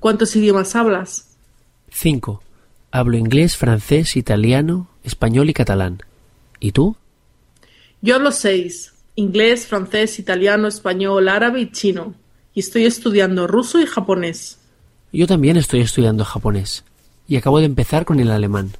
¿Cuántos idiomas hablas? Cinco. Hablo inglés, francés, italiano, español y catalán. ¿Y tú? Yo hablo seis. Inglés, francés, italiano, español, árabe y chino. Y estoy estudiando ruso y japonés. Yo también estoy estudiando japonés. Y acabo de empezar con el alemán.